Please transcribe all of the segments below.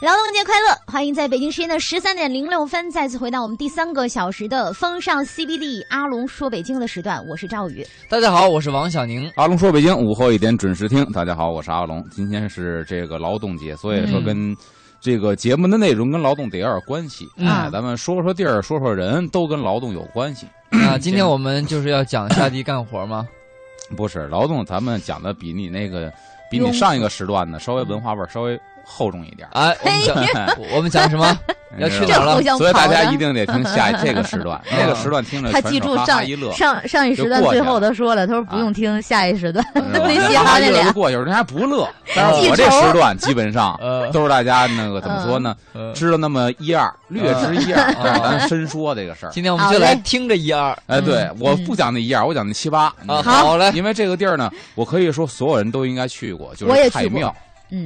劳动节快乐！欢迎在北京时间的十三点零六分再次回到我们第三个小时的风尚 CBD 阿龙说北京的时段，我是赵宇。大家好，我是王小 宁。阿龙说：“北京午后一点准时听。”大家好，我是阿龙。今天是这个劳动节，所以说嗯跟这个节目的内容跟劳动得有点关系嗯啊。咱们说说地儿，说说人，都跟劳动有关系。那啊今天我们就是要讲下地干活 吗？不是劳动，咱们讲的比你那个比庸你俗上一个时段呢，稍微文化味儿稍微厚重一点儿。啊哎，我们讲我们讲什 么？要吃哪儿了互？相所以大跑家的一定得听下一这个时段，那个时段听着啊 他全记是住哈哈上一乐，上上一时段就过去最了哎后都说了，他说不啊用听下一时段，是 吧最喜哈哈欢一这乐就俩。过去，有人还不乐。但是 我记这仇嗯时段基 本上呃都是大家那个怎么说呢？呃，知道那么一二，略知一二，嗯但是咱深说这个事儿。今天我们就来听这一二啊嗯哎，对，我嗯不讲那一二，我讲那七八。啊，你知道吗好嘞，因为这个地儿呢，我可以说所有人都应该去过，就我也是去太过庙、嗯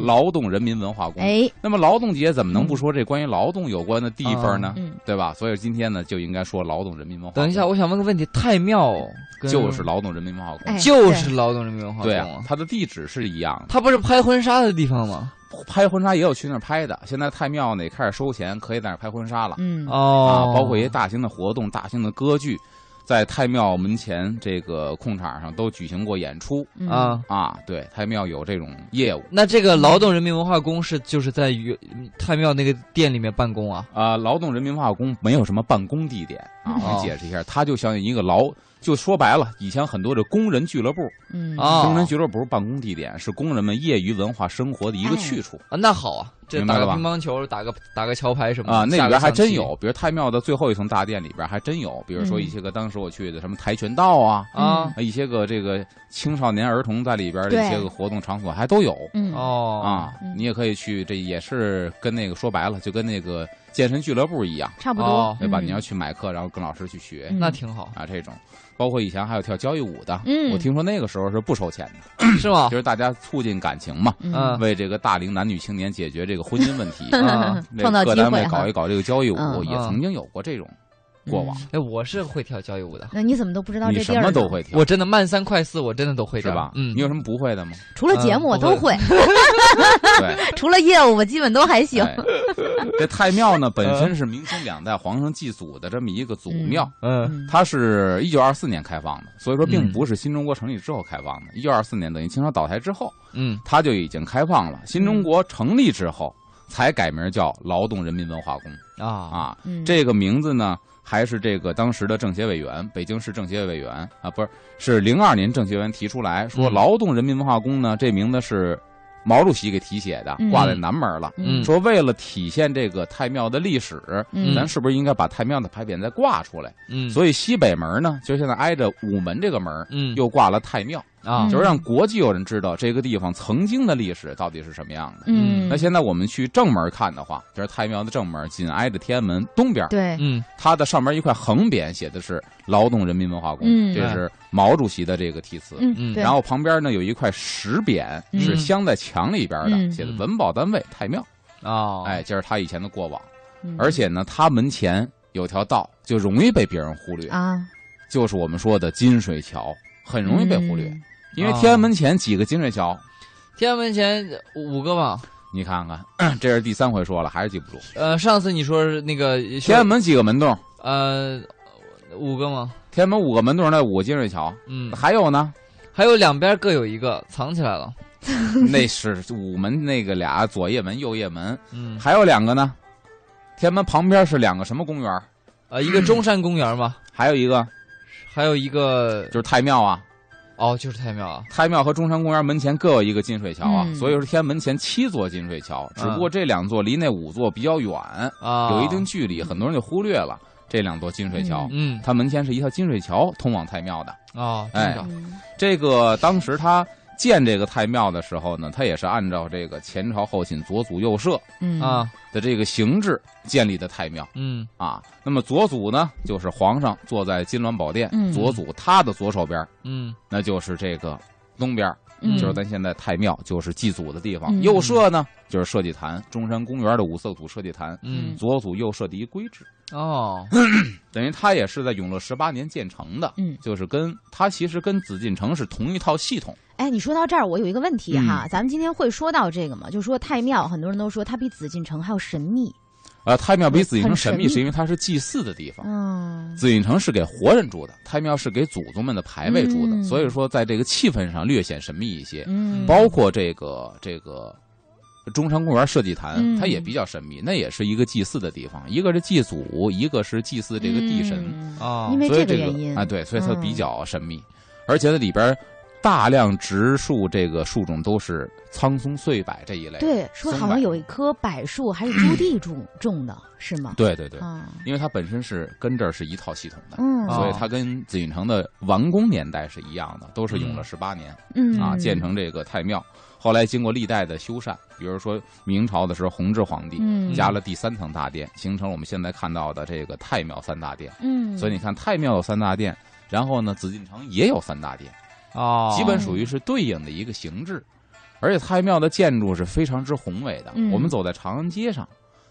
劳动人民文化宫。哎，那么劳动节怎么能不说这关于劳动有关的地方呢？嗯，对吧？所以今天呢，就应该说劳动人民文化宫。等一下，我想问个问题，太庙跟就是劳动人民文化宫哎。就是劳动人民文化宫对啊啊，，它的地址是一样的，它不是拍婚纱的地方吗？拍婚纱也有去那儿拍的。现在太庙呢也开始收钱，可以在那儿拍婚纱了。嗯，哦啊，，包括一些大型的活动、大型的歌剧，在太庙门前这个空场上都举行过演出嗯，啊。啊。对，太庙有这种业务那这个劳动人民文化宫是就是在于太庙那个店里面办公啊？啊、劳动人民文化宫没有什么办公地点啊，我哦们解释一下，它就像一个劳，就说白了，以前很多的工人俱乐部，嗯，啊，工人俱乐部不是办公地点，是工人们业余文化生活的一个去处。啊，那好啊，这明白打个了吧乒乓球，打个打个桥牌什么的啊，那里边还下个象真。棋有，比如太庙的最后一层大殿里边还真有，比如说嗯一些个当时我去的什么跆拳道啊，啊，一些个这个青少年儿童在里边的对一些个活动场所还都有嗯，哦啊嗯。你也可以去，这也是跟那个说白了，就跟那个健身俱乐部一样，差不多哦，对吧？嗯你要去买课，然后跟老师去学嗯那挺 好，啊，这种。包括以前还有跳交谊舞的，嗯我听说那个时候是不收钱的，是吗就？是大家促进感情嘛， 嗯为这个大龄男女青年解决这个婚姻问题，啊为创造各机单会位哈搞一搞这个交谊舞，嗯也曾经有过这种过往。哎，我是会跳交谊舞的，那你怎么都不知道你这什地儿呢？么都会跳我，真的慢三快四，我真的都会是点儿吧？嗯你，有什么不会的 吗？除了节目我嗯都会， 对。除了业务我基本都还行哎。 这太庙呢，本身是明清两代皇上祭祖的这么一个祖庙，嗯嗯它是一九二四年开放的，所以说并嗯不是新中国成立之后开放的。一九二四年等于清朝倒台之后，嗯，它就已经开放了。新中国成立之后，才改名叫劳动人民文化宫啊啊。嗯，这个名字呢，还是这个当时的政协委员，北京市政协委员啊，不是是零二年政协委员提出来说，嗯劳动人民文化宫呢，这名字是毛主席给题写的，嗯挂在南门了。嗯说为了体现这个太庙的历史，嗯咱是不是应该把太庙的牌匾再挂出来？嗯，以所以西北门呢，就现在挨着午门这个门，嗯又挂了太庙，啊嗯就是让国际友人知道这个地方曾经的历史到底是什么样的。嗯，那现在我们去正门看的话，就是太庙的正门，紧挨着天安门东边，对，嗯它的上面一块横匾写的是“劳动人民文化宫”，嗯这是毛主席的这个题词。嗯，嗯对然，后旁边呢有一块石匾嗯是镶在墙里边的，嗯写的文保单位太庙。啊哎，这是他以前的过往。嗯而且呢，他门前有条道，就容易被别人忽略，啊，就是我们说的金水桥，很容易被忽略。嗯因为天安门前几个金水桥，天安门前五个嘛，你看看， 这是第三回说了，还是记不住。呃，上次你说是那个天安门几个门洞？呃五个嘛，天安门五个门洞，那五个金水桥，嗯，还有呢，还有两边各有一个藏起来了，那是午门那个俩左掖门、右掖门，嗯，还有两个呢。天安门旁边是两个什么公园？呃，一个中山公园嘛，还有一个还有一个就是太庙啊，哦，就是太庙啊，太庙和中山公园门前各有一个金水桥啊，嗯所以说天安门前七座金水桥，只不过这两座离那五座比较远，啊，有一定距离，很多人就忽略了这两座金水桥。嗯它门前是一条金水桥通往太庙的。啊，哎真的嗯这个当时他建这个太庙的时候呢，他也是按照这个前朝后寝左祖右舍嗯，啊，的这个形制建立的太庙嗯啊。那么左祖呢，就是皇上坐在金銮宝殿，嗯左祖他的左手边嗯那就是这个东边儿，嗯就是咱现在太庙，就是祭祖的地方。嗯右社呢，就是社稷坛，中山公园的五色土社稷坛，嗯左祖右社的一规制，哦，等于它也是在永乐十八年建成的，嗯就是跟它其实跟紫禁城是同一套系统。哎，你说到这儿，我有一个问嗯题哈，咱们今天会说到这个吗？就说太庙，很多人都说它比紫禁城还要神秘。呃，太庙比紫禁城很神神秘秘，是因为它是祭祀的地方。嗯，紫禁城是给活人住的，太庙是给祖宗们的牌位住的，嗯所以说在这个气氛上略显神秘一些。嗯包括这个这个中山公园社稷坛嗯，它也比较神秘，那也是一个祭祀的地方，一个是祭祖，一个是祭祀这个地神，嗯啊哦，因为所以这个这原因啊，对，所以它嗯比较神秘，而且它里边大量植树这个树种都是苍松碎柏这一类的，对，说好像有一棵柏树还是朱 棣种种的，是吗？对对对，啊，因为它本身是跟这儿是一套系统的。嗯，所以哦它跟紫禁城的完工年代是一样的，都是永乐嗯十八年、嗯啊建，成这个太庙。后来经过历代的修缮，比如说明朝的时候，弘治皇帝、嗯，加了第三层大殿，形成了我们现在看到的这个太庙三大殿。嗯，所以你看，太庙有三大殿，然后呢，紫禁城也有三大殿，哦，基本属于是对应的一个形制。而且太庙的建筑是非常之宏伟的，嗯我们走在长安街上。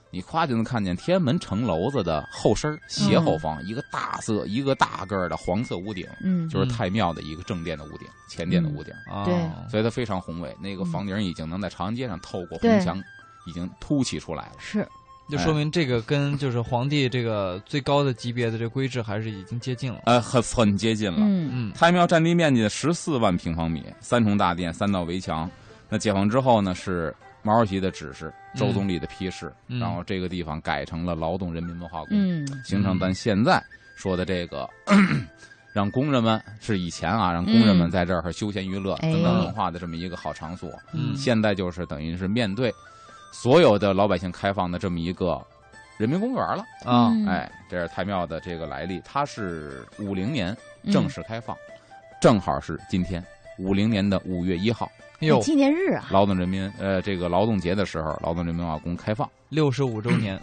你夸就能看见天安门城楼子的后身儿嗯斜后方、一个大色一个大个儿的黄色屋顶，嗯，就是太庙的一个正殿的屋顶、前殿的屋顶，哦对所以它非常宏伟。那个嗯房顶已经能在长安街上透过对红墙，已经凸起出来了。是，就说明这个跟就是皇帝这个最高的级别的这规制还是已经接近了。呃，很很接近了。嗯嗯，太庙占地面积十四万平方米，三重大殿，三道围墙。那解放之后呢，是毛主席的指示，周总理的批示，嗯然后这个地方改成了劳动人民文化宫，嗯，形成咱现在说的这个。 让工人们是以前啊，让工人们嗯在这儿休闲娱乐、哎增长文化的这么一个好场所。嗯现在就是等于是面对所有的老百姓开放的这么一个人民公园了。啊，嗯，哎，这是太庙的这个来历，它是五零年嗯正式开放，正好是今天五零年的五月一号，有纪念日啊，劳动人民呃这个劳动节的时候，劳动人民文化宫开放。六十五周 年，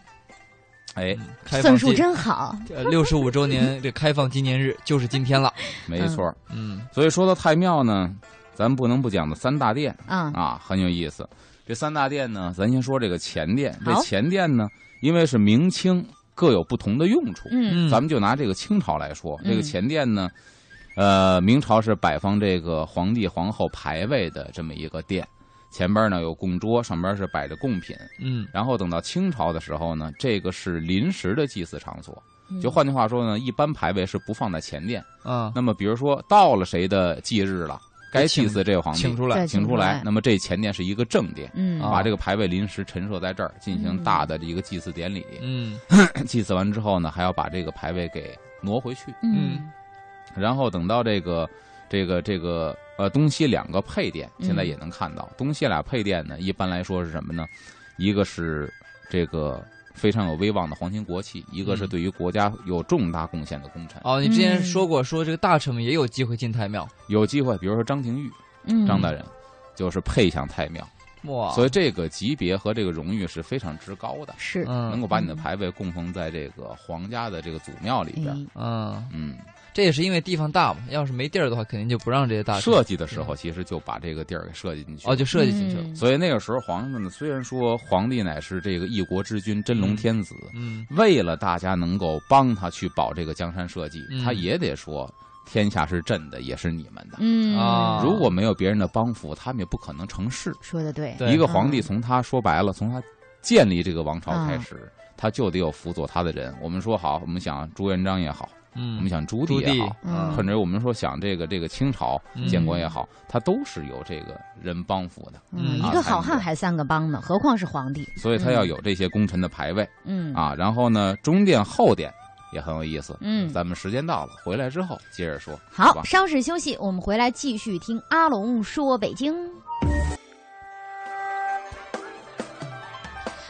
哎，嗯开算放术纪真好，呃六十五周年这开放纪念日就是今天了。没错儿。嗯所以说到太庙呢，咱不能不讲的三大殿啊，啊，很有意思。这三大殿呢，咱先说这个前殿。这好前殿呢，因为是明清各有不同的用处，嗯嗯，咱们就拿这个清朝来说，嗯这个前殿呢，呃，明朝是摆放这个皇帝皇后牌位的这么一个殿，前边呢有供桌，上边是摆着贡品。嗯然后等到清朝的时候呢，这个是临时的祭祀场所。嗯就换句话说呢，一般牌位是不放在前殿。啊，那么比如说到了谁的忌日了，该祭祀这个皇帝，请出来对请请出出来来。那么这前殿是一个正殿，嗯啊把这个牌位临时陈设在这儿，进行大的一个祭祀典礼。 嗯祭祀完之后呢，还要把这个牌位给挪回去，嗯然后等到这个这个这个呃东西两个配殿，嗯现在也能看到、东西俩配殿呢，一般来说是什么呢？一个是这个非常有威望的皇亲国戚，一个是嗯对于国家有重大贡献的功臣。哦，你之前嗯说过，说这个大臣们也有机会进太庙，有机会，比如说张廷玉、嗯，张大人。就是配享太庙，哇，所以以这个级别和这个荣誉是非常之高的，是，嗯能够把你的牌位供奉在这个皇家的这个祖庙里边。哎嗯，嗯，这也是因为地方大嘛，要是没地儿的话，肯定就不让这些大嗯臣设计的时候其实就把这个地儿给设计进去了哦就设计进去了。嗯所以那个时候，皇上们呢，虽然说皇帝乃是这个一国之君、真龙天子，嗯为了大家能够帮他去保这个江山社稷，嗯他也得说天下是朕的，也是你们的。嗯啊如果没有别人的帮扶，他们也不可能成事。说的对，对嗯一个皇帝从他说白了，从他建立这个王朝开始。嗯他就得有辅佐他的人。我们说好，我们想朱元璋也好，嗯，我们想朱朱棣也棣好，嗯甚至我们说想这个这个清朝嗯建国也好，他都是有这个人帮扶的。嗯，嗯一啊个才好能汉够还三个帮呢，何况是皇帝，所以他要有这些功臣的牌位嗯，啊。然后呢，中殿后殿也很有意思。嗯咱们时间到了，回来之后接着说。好，吧稍事休息，我们回来继续听阿龙说北京。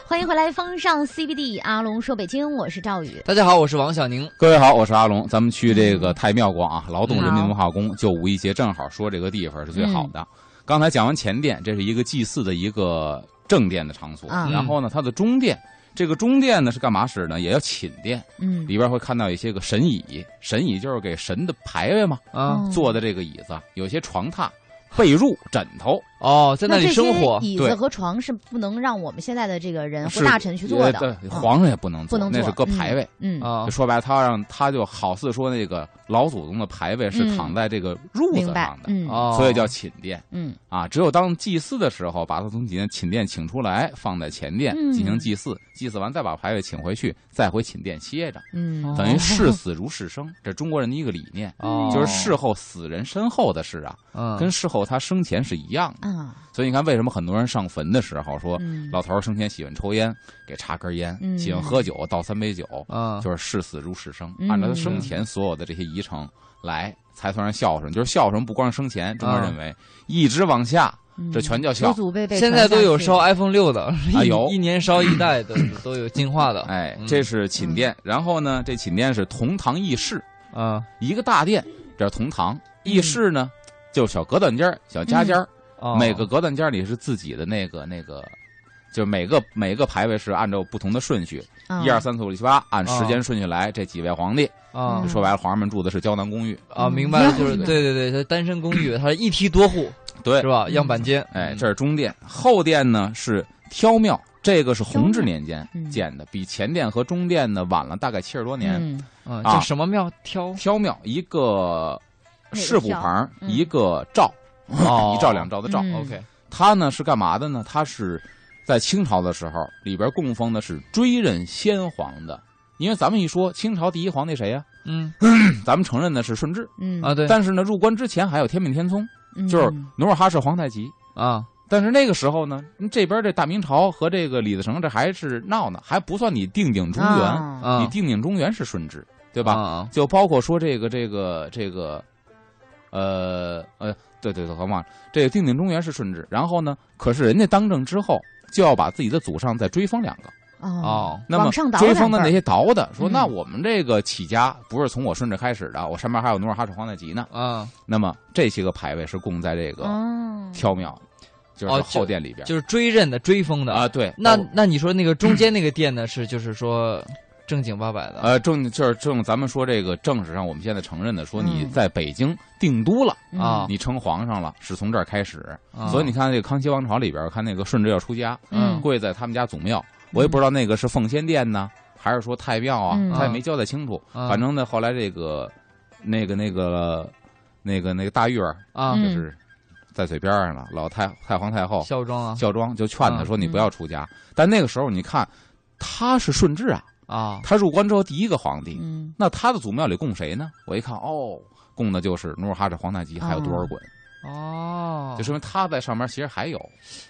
欢迎回来，风尚 CBD，阿龙说北京，我是赵宇。大家好，我是王小宁。各位好，我是阿龙，咱们去这个太庙逛嗯啊，劳动人民文化宫，就五一节正好说这个地方是最好的。嗯刚才讲完前殿，这是一个祭祀的一个正殿的场所，啊然后呢，它的中殿。这个中殿呢是干嘛使呢？也叫寝殿，嗯，里边会看到一些个神椅，神椅就是给神的牌位嘛，啊，嗯坐的这个椅子，有些床榻，被褥、枕头，哦，在那里生活这些椅对子和床是不能让我们现在的这个人或是大臣去做呃的，对嗯皇上也不能不能那做是搁牌位。嗯，啊就，说白了，他让他就好似说那个老祖宗的牌位是嗯躺在这个褥明子白上，的，啊嗯哦，所以叫寝殿嗯啊。只有当祭祀的时候，把他从寝寝殿请出来，放在前殿嗯进行祭祀，祭祀完再把牌位请回去，再回寝殿歇着，嗯 哦等于视 死如是生，这中国人的一个理念。哦就是事后死人身后的事啊，嗯跟事后他生前是一样的，啊，所以你看为什么很多人上坟的时候说嗯老头儿生前喜欢抽烟，给插根烟嗯；喜欢喝酒，倒三杯酒，嗯就是视死如是生嗯，按照他生前所有的这些遗程来，才算是孝顺。就是孝顺不光是生前，中国人认为一直往下，嗯这全叫孝祖祖辈辈现在啊都有烧烧， iPhone 六的，啊一有一年烧一代的，都有进化的。哎嗯，这是寝殿。然后呢，这寝殿是同堂议事，啊一个大殿，这是同嗯堂议事呢，就小隔断间儿、小夹间儿，哦每个隔断间儿里是自己的那个那个。就是每个每个牌位是按照不同的顺序，一二三，三四五六七八，按时间顺序来。这几位皇帝，啊嗯说白了，皇上们住的是胶囊公寓，啊，嗯明白了，就是嗯对对对，它单身公寓，它是一梯多户，对是，吧？嗯样板间，哎，嗯这是中殿，后殿呢是挑庙，这个是弘治年间嗯建的，比前殿和中殿呢晚了大概七十多年。嗯嗯啊叫什么庙挑挑庙 一个哪个士部旁，嗯一个赵，哦一赵两赵的赵。嗯 OK，它呢是干嘛的呢？它是在清朝的时候里边供奉的是追认先皇的。因为咱们一说清朝第一皇帝谁呀、 嗯咱们承认的是顺治，嗯啊对但是呢，入关之前还有天命天聪，嗯就是努尔哈赤、皇太极。啊但是那个时候呢，这边这大明朝和这个李自成这还是闹呢，还不算你定鼎中原，啊啊你，定鼎中原是顺治，对对吧？啊就包括说这个这个这个，呃呃，对对对，我忘了，这个定鼎中原是顺治。然后呢，可是人家当政之后，就要把自己的祖上再追封两个。哦，哦那么往上倒追封的两辈那儿些倒的说，嗯那我们这个起家不是从我顺治开始的，我上面还有努尔哈赤、皇太极呢。啊，那么这些个牌位是供在啊这个嗯哦，缥庙，就是哦后殿里边。就是追认的追封的啊，。对，那包那你说那个 中间那个殿呢，是就是说正经八百的呃，正就是正咱们说这个正史上我们现在承认的，说你嗯在北京定都了，嗯啊你称皇上了，是从这儿开始。啊所以你看这个康熙王朝里边，看那个顺治要出家，嗯跪在他们家祖庙，我也不知道那个是奉先殿呢，还是说太庙啊嗯，他也没交代清楚。啊反正呢，后来这个那个那个那个那个大玉儿啊嗯就是在嘴边上了，老太太皇太后孝庄啊孝庄就劝他啊说：“你不嗯要出家。”但那个时候你看，他是顺治啊，啊他入关之后第一个皇帝。嗯那他的祖庙里供谁呢？我一看，哦，供的就是努尔哈赤、皇太极，还有多尔衮，哦就，说明他在上面其实还有。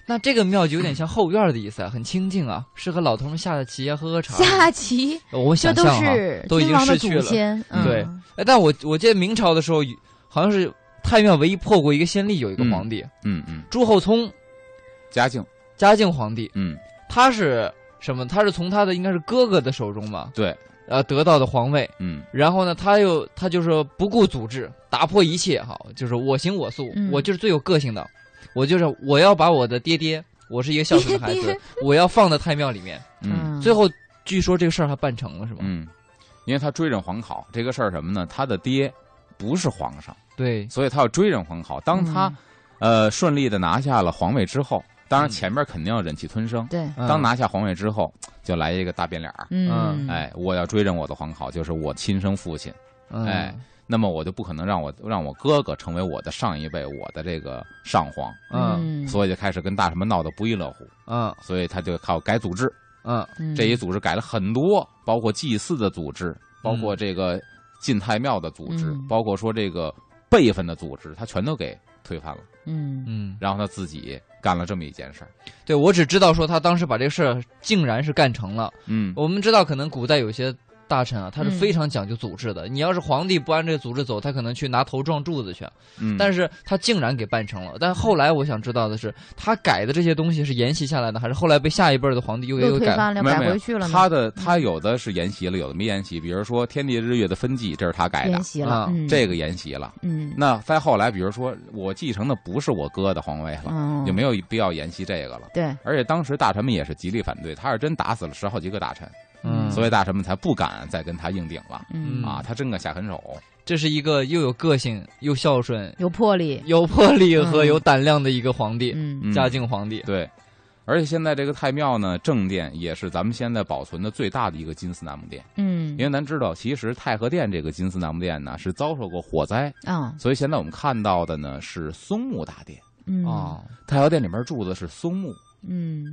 那这个庙就有点像后院的意思啊，很清静啊，适合老头们下下棋啊，喝喝茶。下棋我这想都象哈，是都已君经王的失祖去了先，嗯对哎，但我我记得明朝的时候，好像是太庙唯一破过一个先例，有一个嗯皇帝、嗯嗯，朱厚熜，嘉靖，嘉靖皇帝，嗯，他是什么？他是从他的应该是哥哥的手中嘛，对，呃，得到的皇位。嗯然后呢，他又他就是不顾祖制，打破一切，哈，就是我行我素，嗯我就是最有个性的，我就是我要把我的爹爹，我是一个孝顺的孩爹子爹，我要放在太庙里 面。嗯最后据说这个事儿还办成了，是吗？嗯，因为他追认皇考这个事儿什么呢？他的爹不是皇上，对，所以他要追认皇考。当嗯他、嗯呃顺利的拿下了皇位之后，当然嗯前面肯定要忍气吞声。对，嗯当拿下皇位之后，就来一个大变脸儿。嗯，哎，我要追认我的皇考，就是我亲生父亲。嗯哎那么我就不可能让我让我哥哥成为我的上一辈，我的这个上皇，嗯嗯，所以就开始跟大臣们闹得不亦乐乎，嗯所以他就靠改组织，嗯嗯这一组织改了很多，包括祭祀的组织，包括这个进太庙的组织嗯，包括说这个辈分的组织，他全都给推翻了，嗯嗯，然后他自己干了这么一件事儿，对我只知道说他当时把这个事儿竟然是干成了。哦嗯，我们知道，可能古代有些大臣啊，他是嗯非常讲究组织的。你要是皇帝不按这个组织走，他可能去拿头撞柱子去。嗯但是他竟然给办成了。但后来我想知道的是，他改的这些东西是沿袭下来的，还是后来被下一辈儿的皇帝又给又又推改？翻了，没有改没有回去了，嗯呢，他的他有的是沿袭了，有的没沿袭，比如说天地日月的分际，这是他改的沿，袭了啊，嗯这个，个沿袭了。嗯，那再后来，比如说我继承的不是我哥的皇位了，嗯，就没有必要沿袭这个了。对，而且当时大臣们也是极力反对，他是真打死了十好几个大臣，嗯嗯所以大臣们才不敢再跟他硬顶了嗯嗯啊，他真敢下狠手。这是一个又有个性、又孝顺、有魄力，有魄力和嗯有胆量的一个皇帝，嗯嗯嘉靖皇帝。对，而且现在这个太庙呢，正殿也是咱们现在保存的最大的一个金丝楠木殿，嗯因为咱知道，其实太和殿这个金丝楠木殿呢是遭受过火灾，啊所以现在我们看到的呢是松木大殿。嗯哦，太和殿里面住的是松木，嗯，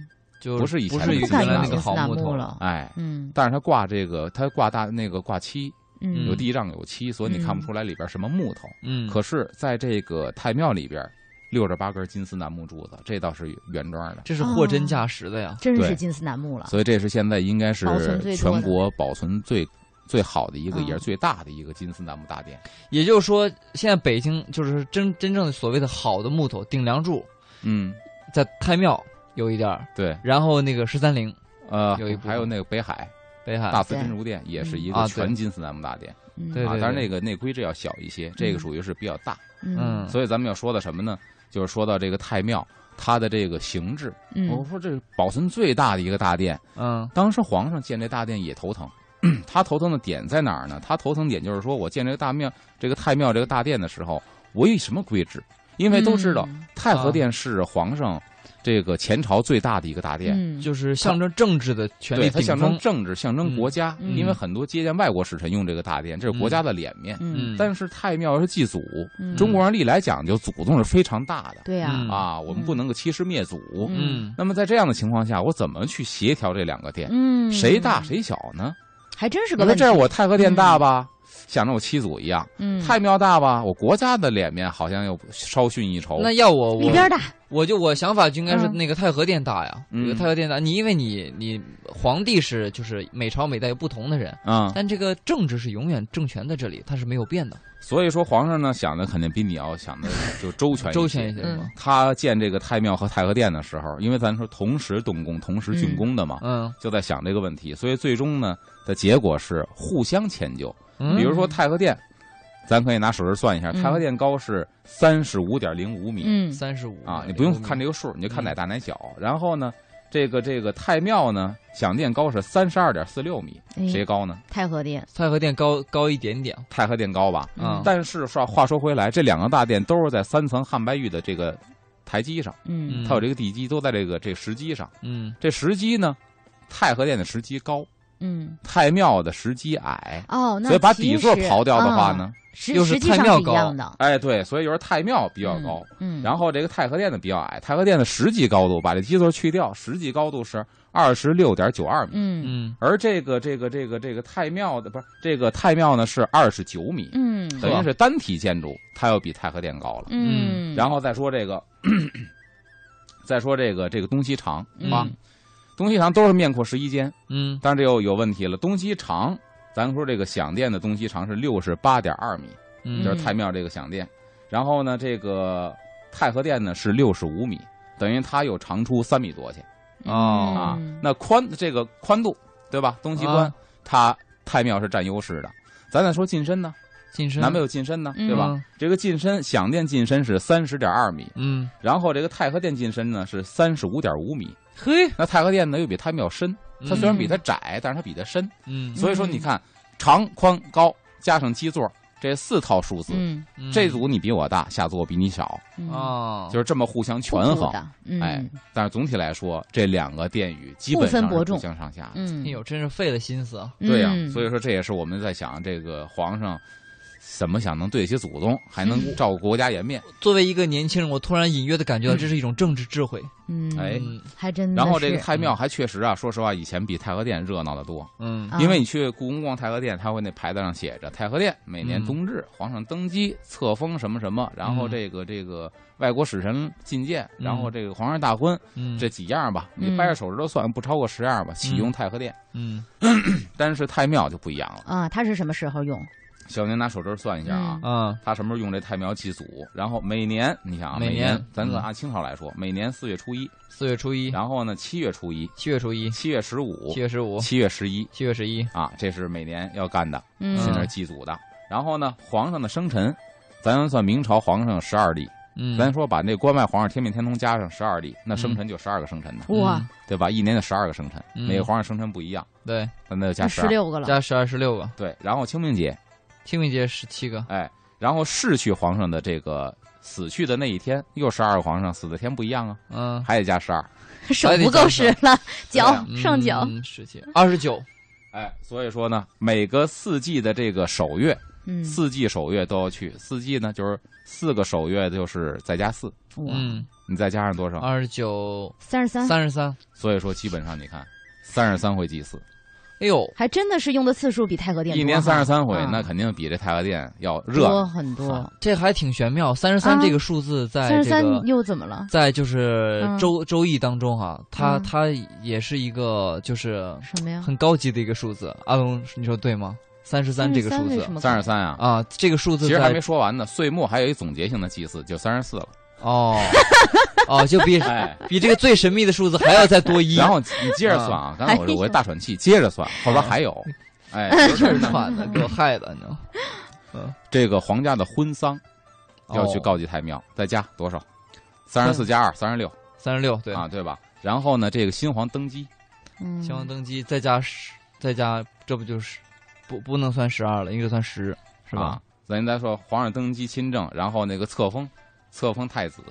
就不是以不是前的原不金丝敢来用那楠个金丝好楠木木头，了，哎，嗯但是它挂这个，它挂大那个挂漆，嗯有地丈有漆，所以你看不出来里边什么木头。嗯，可是在这个太庙里边，六十八根金丝楠木柱子，这倒是原装的。这是货真价实的呀。真是对金丝楠木了，所以这是现在应该保存最是多的全国保存最最好的一个，嗯也是最大的一个金丝楠木大殿。也就是说，现在北京就是真真正的所谓的好的木头，顶梁柱嗯，在太庙有一点儿，对，然后那个十三陵、呃有一，部分还有那个北海北海大慈对真如殿也是一嗯个啊对全金丝楠木大殿嗯对啊，但是那个那规制要小一些，这个属于是比较大。嗯嗯，所以咱们要说的什么呢？就是说到这个太庙，它的这个形制，我嗯说这是保存最大的一个大殿。嗯当时皇上建这大殿也头疼，嗯他头疼的点在哪儿呢？他头疼点就是说我建这个大庙、这个太庙、这个大殿的时候，我有什么规制？因为都知道、嗯太哦和殿是皇上这个前朝最大的一个大殿。嗯就是象征政治的权力对，它顶象征峰。政治，象征国家，嗯嗯因为很多接见外国使臣用这个大殿，这是国家的脸面。嗯嗯但是太庙是祭祖，嗯中国人历来讲究祖宗是非常大的，对呀嗯啊，我们不能够欺师灭祖。嗯嗯，那么在这样的情况下，我怎么去协调这两个殿？嗯谁大谁小呢？还真是你个说问题这儿我太和殿大吧，想着我七祖一样；嗯太庙大吧，我国家的脸面好像又稍逊一筹。那要我里我边儿大我就我想法就应该是嗯那个太和殿大呀，嗯有个太和殿大，你因为你你皇帝是就是每朝每代有不同的人，啊、但这个政治是永远政权在这里，它是没有变的，所以说皇上呢想的肯定比你要想的就周 全周一些全一。些嗯是吧？他建这个太庙和太和殿的时候，因为咱说同时动工、同时竣工的嘛，嗯，就在想这个问题。所以最终呢的结果是互相迁就。嗯比如说太和殿，咱可以拿手指算一下，嗯太和殿高是三十五点零五米、嗯三十五啊，你不用看这个数，你就看哪大哪小。然后呢，这个这个太庙呢，享殿高是三十二点四六米，哎谁高呢？太和殿太和殿高高一点点太和殿高吧。啊，嗯但是说话说回来，这两个大殿都是在三层汉白玉的这个台基上，嗯嗯它有这个地基，都在这个这石基上。嗯这石基呢，太和殿的石基高，嗯太庙的石基矮。哦那所以把其底座实刨掉的话啊呢，实又是实际太上庙是一高样的哎，对，所以就是太庙比较高，，嗯，嗯然后这个太和殿的比较矮，太和殿的实际高度把这基座去掉，实际高度是二十六点九二米，嗯嗯而这个这个这个这个太庙的不是这个太庙呢是二十九米，嗯等于是单体建筑，它要比太和殿高了。嗯，然后后再说这个， 再说这个这个东西长啊，嗯东西长都是面阔十一间，嗯但是这又有问题了，东西长。咱说这个响殿的东西长是六十八点二米，嗯，就是太庙这个响殿。然后呢，这个太和殿呢是六十五米，等于它又长出三米多去嗯啊。那宽那这个宽度对吧？东西宽，啊它太庙是占优势的。咱再说进深呢，近身南北有进深呢，嗯对吧？嗯这个进深响殿进深是三十点二米，嗯然后这个太和殿进深呢是三十五点五米。嘿，那太和殿呢又比太庙深，它虽然比它窄，但是它比它深。嗯所以说你看，长、宽、高加上基座这四套数字，嗯嗯这组你比我大，下组我比你小，嗯啊，就是这么互相权互补衡。的，嗯哎，但是总体来说，这两个殿宇基本不上分伯是仲不相上下的。嗯哎呦，真是费了心思啊，对呀、嗯所以说这也是我们在想，这个皇上怎么想能对得起祖宗，还能嗯照顾国家颜面。作为一个年轻人，我突然隐约的感觉到这是一种政治智慧。嗯哎嗯还真的然后这个是嗯太庙还确实啊，说实话，以前比太和殿热闹的多。嗯啊因为你去故宫逛太和殿，它会那牌子上写着太和殿每嗯年冬至，皇上登基册封什么什么，然后嗯这个这个外国使臣觐见，嗯然后这个皇上大婚，嗯，这几样吧，嗯你掰着手指头算，不超过十样吧，启用嗯太和殿。嗯但是太庙就不一样了，啊，它是什么时候用？小宁拿手指头算一下啊嗯，啊他什么时候用这太庙祭祖？然后每年，你想啊，每每年咱嗯按按清朝来说，每年四月初一，四月初一，然后呢七月初一、七月初一，七月十五七、月十五，七月十一七月十一，啊，这是每年要干的。嗯去那儿祭祖的。然后呢，皇上的生辰，咱算明朝皇上十二例，嗯，咱说把那关外皇上天命天通加上十二例，那生辰就十二个生辰呢，哇，对吧？一年就十二个生辰，嗯每个皇上生辰不一样，对，那那就加那十十二。六个了，加十二十六个，对，然后清明节，清明节十七个，哎，然后逝去皇上的这个死去的那一天，又十二个皇上死的天不一样啊，嗯，还得加十二。手不够使了，脚啊嗯剩脚，，十七二十九，哎，所以说呢，每个四季的这个首月，嗯，四季首月都要去。四季呢，就是四个首月，就是再加四，哇，嗯，你再加上多少？二十九三十三，三十三，所以说，基本上你看，三十三回祭祀，哎呦，还真的是用的次数比太和殿一年三十十三回啊，那肯定比这太和殿要热啊多闹。很多。这还挺玄妙，三十三啊这个数字三在十这三个。又怎么了？在就是嗯周周易当中哈，它嗯它也是一个就是什么呀？很高级的一个数字。阿龙，你说对吗？三十三这个数字三三十三啊，啊，这个数字其实还在没说完呢。岁末还有一总结性的祭祀，就三十四了。哦哦，就 比哎，比这个最神秘的数字还要再多一。然后你接着算啊，刚才我还说有我大喘气，接着算，后边还有。 哎，就是呢喘的， 给我害的，你知道吗？ 这个皇家的婚丧要去哦告祭太庙，再加多少？三十四加二，三十六三十六，对，啊，对吧？然后呢，这个新皇登基，嗯，新王登基，再加十，再加，这不就是不不能算十二了，应该算十，是吧？啊？咱再说皇上登基亲政，然后那个册封，册封太子，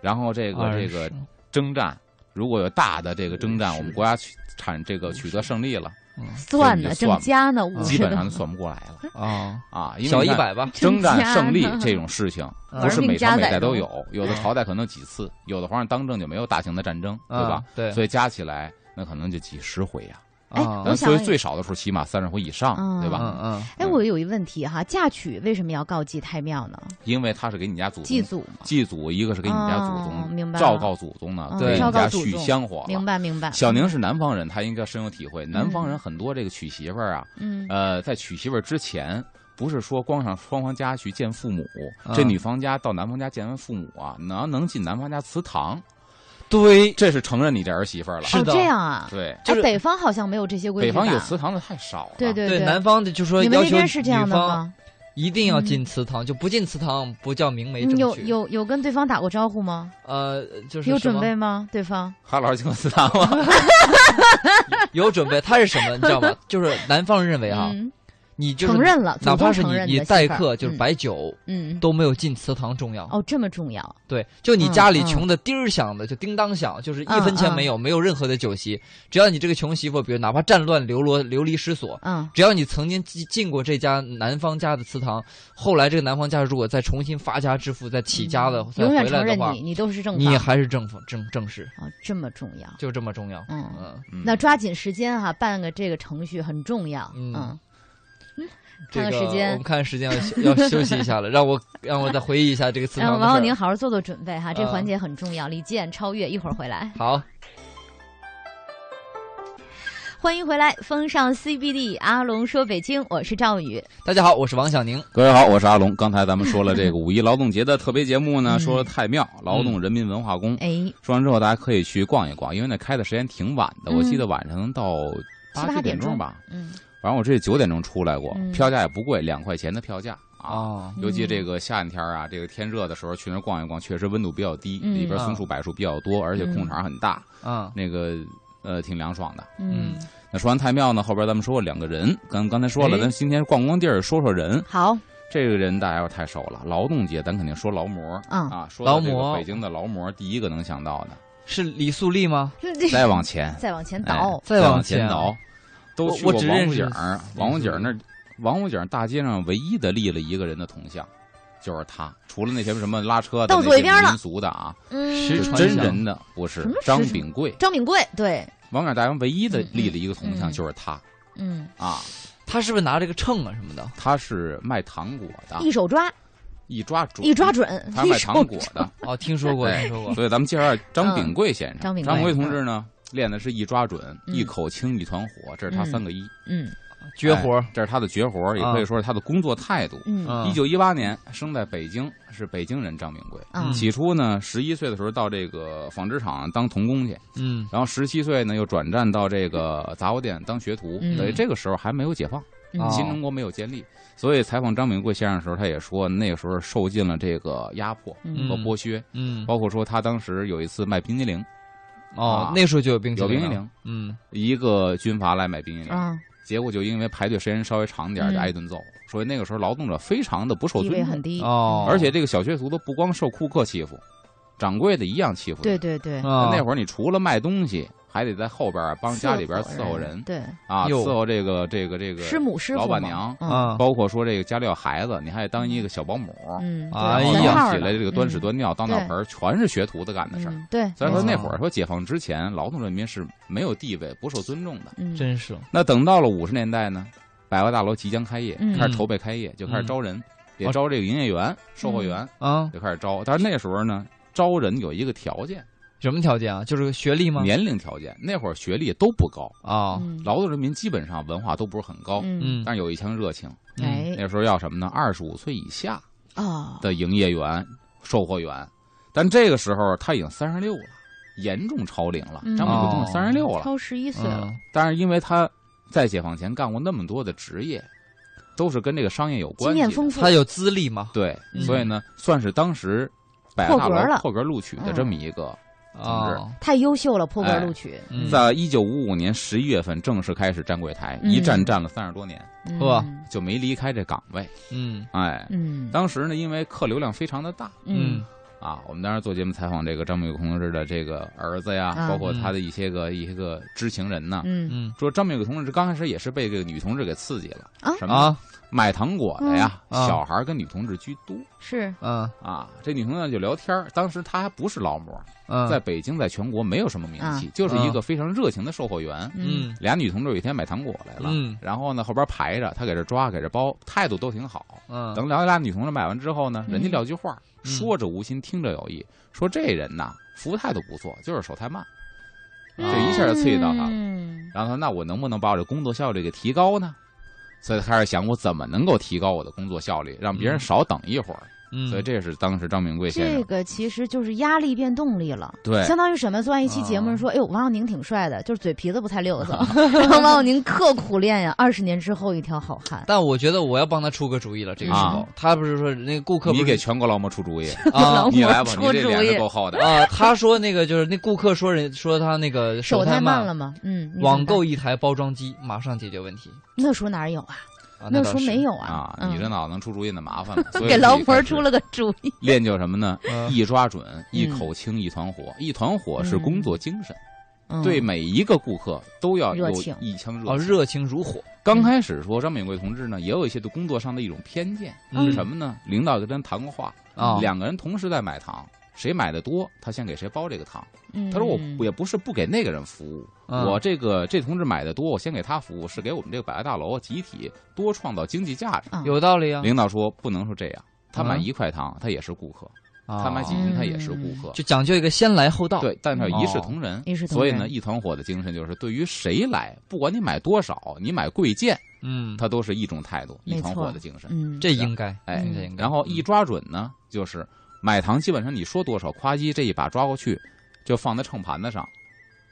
然后这个这个20征战，如果有大的这个征战，是我们国家取产这个取得胜利了，算呢，算正吧加呢，五基十本个上就算不过来 了啊，啊，因为小你一看百吧，征战真胜利假的这种事情，嗯不是每朝每代都有玩，有的朝代可能几次，有的皇上当政就没有大型的战争，对吧嗯啊？？对，所以加起来那可能就几十回呀。哎啊我咱想所以问最少的时候起码三十回以上，嗯对吧？嗯嗯，哎，我有一问题哈，嫁娶为什么要告祭太庙呢？因为他是给你家祖宗祭祖嘛。祭祖，一个是给你家祖哦宗明白了昭告祖宗呢嗯，给昭你告家祖宗续香嗯火明了。白嗯明白。小宁是南方人，他应该深有体会。南方人很多这个娶媳妇儿啊，嗯，呃，在娶媳妇儿之前，不是说光上双方家去见父母，啊这女方家到男方家见完父母啊，能能进男方家祠堂，对，这是承认你这儿媳妇儿了。是哦的这样啊，对，就是哎，北方好像没有这些规北矩吧，方有祠堂的太少了。对对对，南方的就说你们要那求边是这样女的方吗？一定要进祠堂，就不进祠堂不叫明媒嗯正有娶。有有跟对方打过招呼吗？呃，就是有什准么备 吗？对方哈老师进过祠堂 吗？有准备，他是什么你知 道吗？就是南方人认为啊，嗯你就是承认了，哪祖宗怕是承你认你的待媳妇儿客就是，摆酒，嗯嗯，都没有进祠堂重要。哦，这么重要，对，就你家里嗯嗯穷的叮儿响的，就叮当响，就是一嗯分钱嗯没有，没有任何的酒席。只要你这个穷媳妇，比如哪怕战乱流落流离失所，嗯，只要你曾经进进过这家男方家的祠堂，后来这个男方家如果再重新发家致富、再起家的、再嗯永远回承来的认话你，，你都是正你房还是正方正正式，啊，这么重要。就这么重要。嗯嗯，嗯那抓紧时间哈、办个这个程序很重要。嗯嗯，这看看个时间我们看时间要休要休息一下了， 让我让我再回忆一下这个祠让堂的嗯哎王事浩儿宁好好做做准备哈，这嗯环节很重要。李健超越，一会儿回来。 好，欢迎回来，风尚 CBD，阿龙说北京，我是赵宇。大家好，我是王小宁。各位好，我是阿龙。刚才咱们说了这个五一劳动节的特别节目呢，说了太庙、劳动人民文化宫。嗯哎，说完之后，大家可以去逛一逛，因为那开的时间挺晚的，嗯我记得晚上能到七九八点钟钟吧。嗯，反正我这九点钟出来过，嗯票价也不贵，两块钱的票价啊。哦，尤其这个夏天啊，这个天热的时候去那儿逛一逛，确实温度比较低，嗯里哦边松树柏树比较多，而且空场很大，嗯那个呃挺凉爽的。嗯，那说完太庙呢，后边咱们说两个人，刚刚才说了，哎咱今天逛逛地儿，说说人。好，这个人大家要太熟了，劳动节咱肯定说劳模嗯啊，说到这劳模个北京的劳模，第一个能想到的。是李素丽吗？再往前， 再往前哎倒，再往往前啊倒，都去我过只王认府识井儿，王府井儿四那儿，王府井儿大街上唯一的立了一个人的铜像，就是他。除了那些什么拉车的、到那左些一边了民俗的啊，嗯，石是传真祥人的，不是什么石张传炳贵。张炳贵，对，王府井儿大街唯一的嗯立了一个铜像，嗯就是他嗯，啊。他是不是拿这个秤啊什么的？他是卖糖果的，一手抓，一抓准，一抓准，啊他一卖手嗯糖果的。哦，听说过，哎听说过。所以咱们介绍张炳贵先生。张炳贵同志呢，练的是一抓准，嗯一口清，一团火，这是嗯他啊三个一嗯绝活儿，哎这是他的绝活，也可以说是他的工作态度。嗯嗯一九一八年生在北京，是北京人张炳贵。啊嗯起初呢，十一岁的时候到这个纺织厂当童工去，嗯然后十七岁呢又转战到这个杂货店当学徒，嗯哦等于这个时候还没有解放，嗯新中国没有建立。所以采访张炳贵先生的时候，他也说那个时候受尽了这个压迫嗯和剥削，嗯包括说他当时有一次卖冰激凌，哦啊，那时候就有冰淇有淋冰了激凌，嗯一个军阀来买冰激凌，啊嗯，结果就因为排队时间稍微长一点，嗯就挨一顿揍。所以那个时候劳动者非常的不受地尊位重，很低，嗯哦，嗯而且这个小学徒都不光受库克欺负，掌柜的一样欺负。对，对对，啊哎那会儿你除了卖东西，还得在后边儿嗯帮家里边儿伺候人对，啊，哟伺候这个这个这个师母师傅老板嘛娘，嗯啊，包括说这个家里有孩子，你还得当一个小保姆，嗯，对哎呀全然套后儿起来的这个端屎嗯端尿、倒对尿盆儿，全是学徒子干的事儿。嗯对，虽然说没那错会儿说解放之前，劳动人民是没有地位、不受尊重的。嗯真是那等到了五十年代呢，百货大楼即将开业，嗯开始筹备开业，就开始招人，也招这个营业员、售货嗯员，啊，就开始招。但是那时候呢，招人有一个条件，什么条件啊？就是学历吗？年龄条件。那会儿学历都不高，啊，嗯劳动人民基本上文化都不是很高，嗯嗯，但是有一腔热情。嗯哎那时候要什么呢？二十五岁以下哦，的营业员、售货员，但这个时候他已经三十六了，严重超龄了嗯。张炳贵都三十六了，超十一岁了，嗯但是因为他在解放前干过那么多的职业，都是跟这个商业有经关系验的，丰富，他有资历吗？对，嗯所以呢，算是当时百货大破格楼了破格录取的这么一个。啊，太优秀了，破格哎录取，嗯在一九五五年十一月份正式开始站柜台，嗯一站站了三十多年，嗯呵就没离开这岗位。嗯哎，嗯当时呢，因为客流量非常的大嗯嗯，啊，我们当时做节目采访这个张炳贵同志的这个儿子呀，啊包括他的一些个一些个知情人呐，嗯嗯说张炳贵同志刚开始也是被这个女同志给刺激了啊什么啊卖糖果的呀，嗯啊小孩儿跟女同志居多是嗯啊。这女同志就聊天儿，当时她还不是劳模，嗯，在北京，在全国没有什么名气，就是一个非常热情的售货员。啊嗯嗯俩女同志有一天买糖果来了，嗯然后呢后边排着，她给这抓，给这包，态度都挺好。嗯，等聊俩女同志买完之后呢，嗯人家撂句话，嗯说着无心，听着有意，说这人呐，服务态度不错，就是手太慢。嗯这一下就刺激到他了嗯然后他说那我能不能把我这工作效率给提高呢？所以他开始想，我怎么能够提高我的工作效率，让别人少等一会儿。嗯，所以这是当时张炳贵先这生个其实就是压力变动力了，对啊相当于什么？做完一期节目说，哎呦，王小宁挺帅的，就是嘴皮子不太 溜子，然后王小宁刻苦练呀，二十年之后一条好汉。但我觉得我要帮他出个主意了。这个时候，他不是说那个顾客不啊你是给全国劳模出主 意，啊你来吧，你出这主脸意是够厚的。啊，他说那个就是那顾客说人说他那个手太太慢了，吗？嗯，你怎么网办购一台包装机马上解决问题那时候哪有啊？啊。那倒时候是没，有啊啊，。你这嗯脑子能出主意那麻烦了。所以 给劳自己模开始出了个主意，练就什么呢？嗯一抓准，一口清，一团火。一团火是工作精神，嗯对每一个顾客都要有热情一腔哦，热情。热情如火，刚开始说张炳贵同志呢，也有一些对工作上的一种偏见，嗯是什么呢？领导跟他谈过话，啊？两个人同时在买糖。谁买的多，他先给谁包这个糖。嗯他说我也不是不给那个人服务，嗯我这个这同志买的多，我先给他服务，是给我们这个百货大楼集体多创造经济价值。啊有道理啊。领导说不能说这样，他买嗯一块糖，他也是顾客；啊他嗯买几斤，他也是顾客。就讲究一个先来后到。对，但是要一视哦同仁。一视同所以仁呢，一团火的精神就是，对于谁来，不管你买多少，你买贵贱，嗯，它都是一种态度，没一团火错的精神。嗯，这应该哎这应该然后一抓准呢，就是买糖，基本上你说多少，夸叽这一把抓过去，就放在秤盘子上，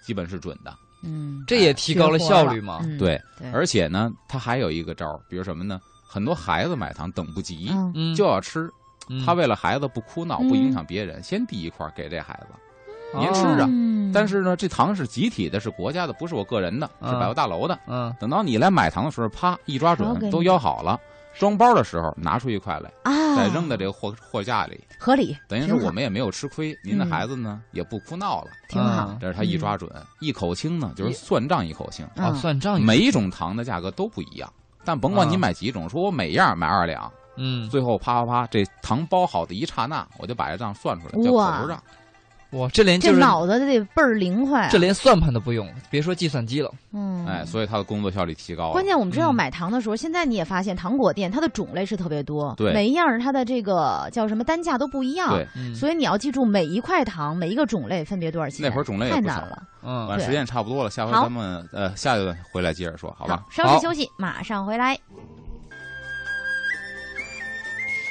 基本是准的。嗯这也提高了效率嘛。嗯对，对而且呢，他还有一个招儿，比如什么呢？很多孩子买糖等不及，嗯嗯，就要吃。嗯他为了孩子不哭闹、不影响别人，先递一块儿给这孩子。您吃啊嗯但是呢，这糖是集体的，是国家的，不是我个人的，是嗯百货大楼的。嗯等到你来买糖的时候，啪一抓还要给准，你都腰好了。装包的时候拿出一块来，啊，再扔在这个货货架里，合理，等于是挺好我们也没有吃亏，您的嗯孩子呢也不哭闹了。挺好嗯。这是他一抓准，一口清呢，就是也算账一口清。哦，嗯算账也每一种糖的价格都不一样，但甭管啊你买几种，说我每样买二两，嗯，最后啪啪啪，这糖包好的一刹那，我就把这账算出来，叫哇口头账。哇，这连这就是脑子得倍儿灵快啊，这连算盘都不用，别说计算机了。嗯，哎，所以他的工作效率提高了。关键我们知道嗯买糖的时候，现在你也发现糖果店它的种类是特别多，对每一样儿它的这个叫什么单价都不一样，对，嗯，所以你要记住每一块糖每一个种类分别多少钱。那会儿种类也太不难少了，嗯完对时间差不多了，下回好咱们呃下一段回来接着说，好吧？稍事休息，马上回来。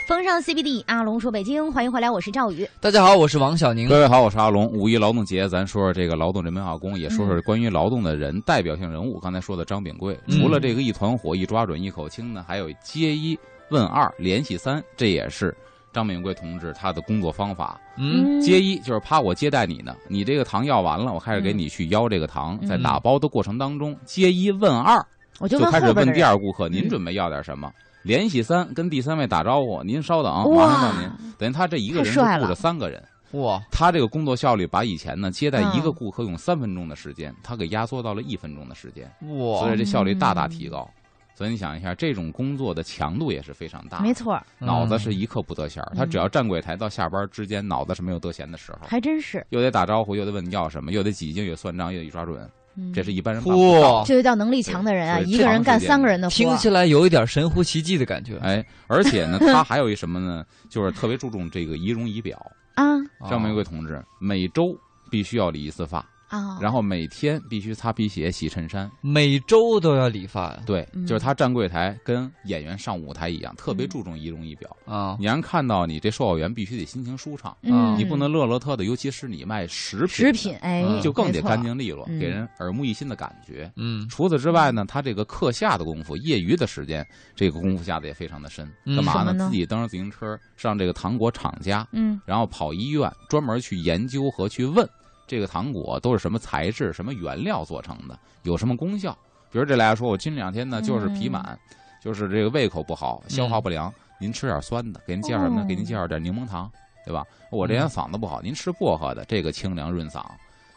风尚 CBD，阿龙说北京，欢迎回来，我是赵宇。大家好，我是王小宁。各位好，我是阿龙。五一劳动节，咱说说这个劳动人民化工，也嗯说说关于劳动的人、代表性人物。刚才说的张炳贵，嗯除了这个一团火、一抓准、一口清呢，还有接一问二、联系三，这也是张炳贵同志他的工作方法。嗯，接一就是啪，我接待你呢，你这个糖要完了，我开始给你去邀这个糖。嗯在打包的过程当中，接一问二，我就就问开后始边问的第人，嗯二顾客，您准备要点什么？联系三，跟第三位打招呼，您稍等，哇马上到您。等于他这一个人就太帅雇了着三个人。哇，他这个工作效率把以前呢接待嗯一个顾客用三分钟的时间，他给压缩到了一分钟的时间，所哇以，这效率大大提高。所以你想一下，这种工作的强度也是非常大。没，错嗯儿，脑嗯子是一刻不得闲儿，他只要站柜台到下班之间，脑子是没有得闲的时候，还真是，又得打招呼，又得问你要什么，又得挤进，又得算账，又得抓准，嗯这是一般人办不到的。嚯，这就叫能力强的人啊，对一个人干长时间三个人的活听儿，起来有一点神乎其技的感觉。哎，而且呢，他还有一什么呢？就是特别注重这个仪容仪 表。啊啊张玫瑰同志每周必须要理一次发，啊，然后每天必须擦皮鞋、洗衬衫。啊每周都要理发呀。对，嗯就是他站柜台跟演员上舞台一样，特别注重仪容仪表。啊，你让看到你这售票员必须得心情舒畅，啊嗯，你不能乐乐特的，尤其是你卖食品，食品，哎嗯，就更得没错干净利落，嗯给人耳目一新的感觉。嗯，除此之外呢，他这个课下的功夫，业余的时间，这个功夫下的也非常的深。嗯干嘛什么呢自己蹬着自行车上这个糖果厂家，嗯，然后跑医院，专门去研究和去问这个糖果都是什么材质、什么原料做成的，有什么功效。比如这来说，我近两天呢就是脾满，就是这个胃口不好，消化不良，您吃点酸的，给您介绍什么呢？哦给您介绍点柠檬糖，对吧？我这人嗓子不好，您吃薄荷的，这个清凉润嗓。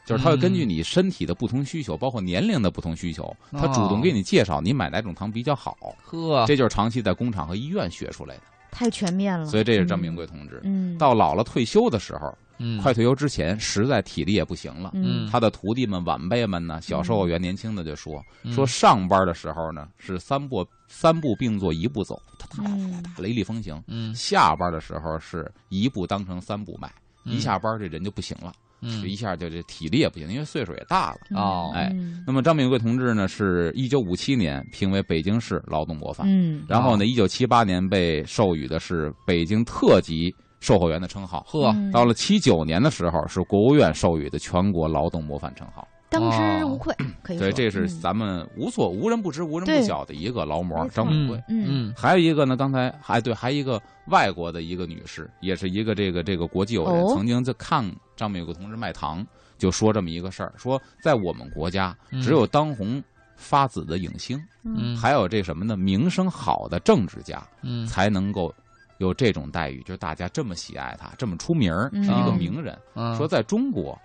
就是他会根据你身体的不同需求，包括年龄的不同需求，他主动给你介绍你买哪种糖比较好，呵，啊这就是长期在工厂和医院学出来的。太全面了，所以这是张明贵同志。嗯，到老了退休的时候，嗯快退休之前，实在体力也不行了。嗯他的徒弟们、晚辈们呢，小售货员年轻的就说嗯说上班的时候呢是三步三步并作一步走，嗯雷厉风行；嗯下班的时候是一步当成三步迈，嗯一下班这人就不行了，嗯这一下就这体力也不行，因为岁数也大了。哦哎，嗯那么张炳贵同志呢，是一九五七年评为北京市劳动模范，嗯，然后呢，一九七八年被授予的是北京特级售货员的称号。呵，嗯到了七九年的时候，是国务院授予的全国劳动模范称号。当之无愧，可以说，对，这是嗯咱们无所无人不知、无人不晓的一个劳模没错张炳贵。嗯还有一个呢，刚才还对，还有一个外国的一个女士，也是一个这个这个国际友人，哦曾经在看张炳贵同志卖糖，就说这么一个事儿，说在我们国家嗯只有当红发紫的影星，嗯，还有这什么呢，名声好的政治家，嗯才能够有这种待遇，就是大家这么喜爱他，这么出名儿，是一个嗯名人。嗯说在中国，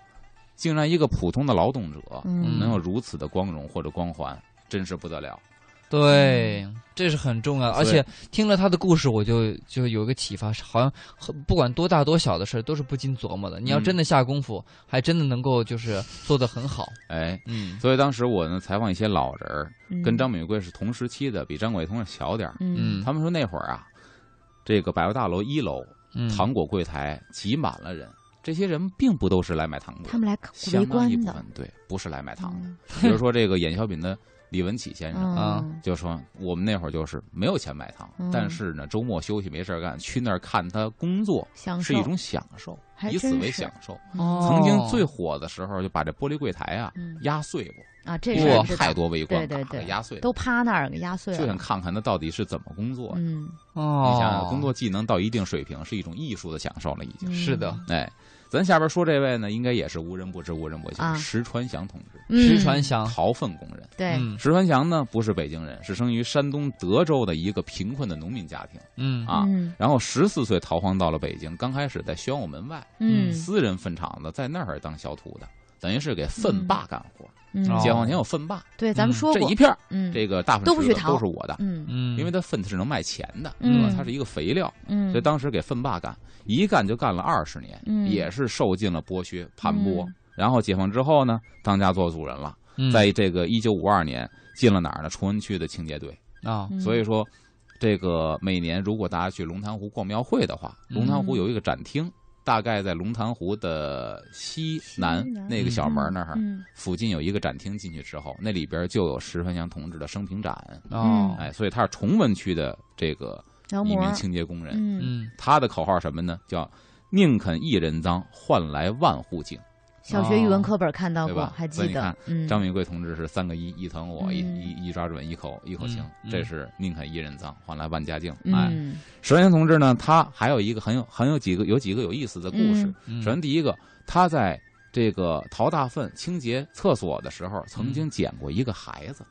竟然一个普通的劳动者嗯能有如此的光荣或者光环，真是不得了。对，嗯这是很重要的，而所以且听了他的故事，我就就有一个启发，好像很不管多大多小的事儿，都是不经琢磨的。你要嗯真的下功夫，还真的能够就是做得很好。哎，嗯所以当时我呢采访一些老人儿，嗯跟张炳贵是同时期的，比张伟同志小点儿。嗯嗯，他们说那会儿啊，这个百货大楼一楼嗯糖果柜台挤满了人，这些人并不都是来买糖果的，他们来围相当观一部的分，对，不是来买糖的。嗯比如说这个演小品的李文启先生，啊嗯就说我们那会儿就是没有钱买糖，嗯但是呢，周末休息没事儿干，去那儿看他工作享是受一种享受，还以此真为是享受。哦曾经最火的时候，就把这玻璃柜台啊嗯压碎过，啊，这哇事儿知道太多围观对对打了对压碎，都趴那儿给压碎就想了，看看他到底是怎么工作的。嗯，哦，你想想，工作技能到一定水平是一种艺术的享受了，已经。是的，哎，咱下边说这位呢，应该也是无人不知、无人不晓，啊石川祥同志，嗯石川祥，陶粪工人。对，嗯石川祥呢，不是北京人，是生于山东德州的一个贫困的农民家庭。嗯啊嗯然后十四岁逃荒到了北京，刚开始在宣武门外、嗯私人粪场子，在那儿当小土的，等于是给粪霸干活。嗯哦解放前有粪霸，对，咱们嗯说这过一，片儿嗯，这个大粪都不池子许逃都是我的，嗯嗯，因为它粪是能卖钱的，啊嗯对吧？它是一个肥料，嗯，所以当时给粪霸干，一干就干了二十年，嗯也是受尽了剥削、盘剥。嗯然后解放之后呢，当家做主人了，嗯在这个一九五二年进了哪儿呢？崇文区的清洁队。啊嗯所以说，这个每年如果大家去龙潭湖逛庙会的话，嗯龙潭湖有一个展厅，大概在龙潭湖的西南西南那个小门那儿嗯附近有一个展厅，进去之后，那里边就有石川祥同志的生平展。哎哦哎，所以他是崇文区的这个劳一名模，清洁工人。嗯，嗯，他的口号什么呢？叫“宁肯一人脏，换来万户净小学语文课本看到哦对过，吧还所以记你得看。嗯”。，张敏贵同志是三个一，一疼我，一嗯一一抓准，一口一口嗯情，嗯这是宁肯一人脏，换来万家净。哎，嗯，石原同志呢，他还有一个很有很有几个有几个有意思的故事。嗯嗯首先，第一个，他在这个陶大粪清洁厕所的时候，曾经捡过一个孩子，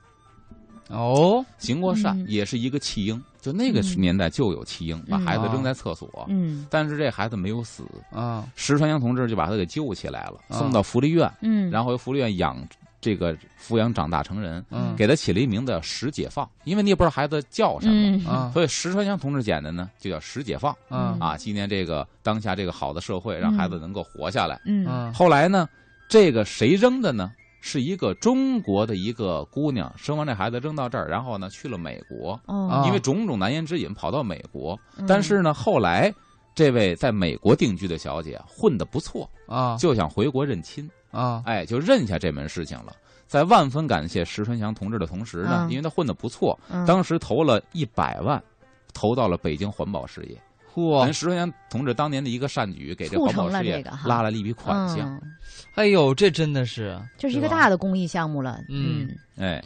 哦，行过善，嗯也是一个弃婴，就那个嗯年代就有弃婴，把嗯孩子啊扔在厕所，嗯但是这孩子没有死，啊，石传阳同志就把他给救起来了，啊送到福利院，嗯，然后由福利院养这个抚养长大成人，嗯，给他起了一名字叫石解放，因为你也不知道孩子叫什么。嗯啊，所以石传祥同志捡的呢，就叫石解放啊，啊，纪念这个当下这个好的社会，让孩子能够活下来。嗯啊，后来呢，这个谁扔的呢？是一个中国的一个姑娘生完这孩子扔到这儿，然后呢去了美国，哦，嗯啊嗯因为种种难言之隐跑到美国。但是呢，后来这位在美国定居的小姐混得不错，啊，就想回国认亲，啊，哎，就认下这门事情了。在万分感谢石春祥同志的同时啊呢，嗯因为他混得不错，嗯当时投了一百万，投到了北京环保事业。嚯咱，石春祥同志当年的一个善举，给这促环成保了事这业个哈拉来了一笔款项。嗯哎呦，这真的是，这是一个对吧大的公益项目了。嗯哎，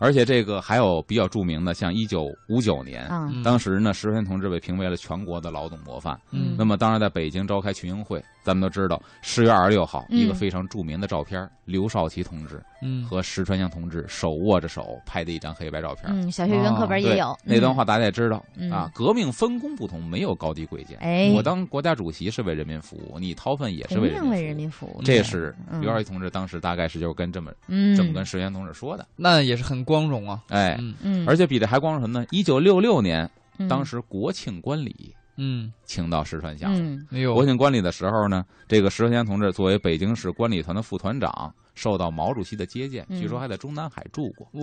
而且这个还有比较著名的，像一九五九年，啊，嗯当时呢，石原同志被评为了全国的劳动模范。嗯那么，当然在北京召开群英会，咱们都知道，十月二十六号，嗯一个非常著名的照片，刘少奇同志嗯，和石川祥同志手握着手拍的一张黑白照片。嗯，小学语文课本也哦对有那段嗯话大家也知道、嗯啊，革命分工不同，没有高低贵贱。哎我当国家主席是为人民服务，你掏粪也是同人样为人民服民服务。务，这对是嗯刘少奇同志当时大概是就跟这么、嗯，这么跟石原同志说的。那也是很光荣啊，哎，嗯嗯，而且比这还光荣什么呢？一九六六年，嗯当时国庆观礼，嗯，请到石川祥。嗯哎呦国，庆观礼的时候呢，这个石川祥同志作为北京市观礼团的副团长，受到毛主席的接见，嗯据说还在中南海住过。给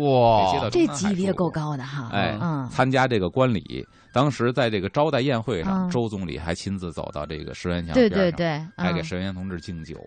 接到哇，中这南海级别住够。过高的哈，哎嗯参加这个观礼，当时在这个招待宴会上，嗯周总理还亲自走到这个石原祥对对边上对，还给嗯石原祥同志敬酒，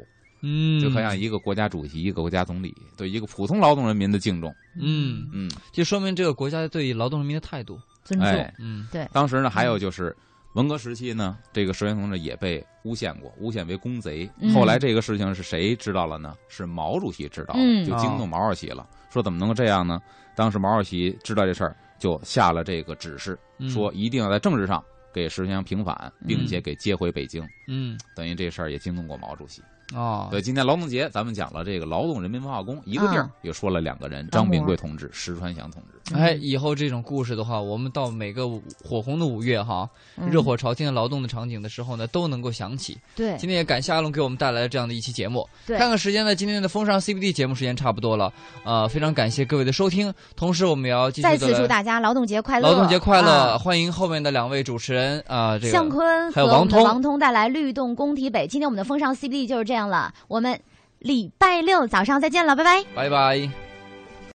嗯，就很像一个国家主席、一个国家总理对一个普通劳动人民的敬重。嗯，嗯，就说明这个国家对劳动人民的态度，尊哎重，，嗯当时呢，还有就是文革时期呢，这个石原同志也被诬陷过，诬陷为公贼嗯。后来这个事情是谁知道了呢？是毛主席知道了，嗯就惊动毛主席了，说怎么能够这样呢？当时毛主席知道这事儿，就下了这个指示，嗯说一定要在政治上给石原平反，并且给接回北京。嗯等于这事儿也惊动过毛主席。哦，对，今天劳动节咱们讲了这个劳动人民文化宫，一个地儿嗯也说了两个人，劳模张炳贵同志、石川祥同志。嗯哎，以后这种故事的话，我们到每个五火红的五月哈，嗯热火朝天的劳动的场景的时候呢，都能够想起。对今天也感谢阿龙给我们带来了这样的一期节目。对看看时间呢，今天的风尚 CBD 节目时间差不多了，呃，非常感谢各位的收听，同时我们也要继续再地次祝大家劳动节快乐，劳动节快乐，啊欢迎后面的两位主持人啊、这个向坤还和有我王们的通王通带来律动工体北。今天我们的风尚 CBD 就是这样了，我们礼拜六早上再见了，拜拜。拜拜。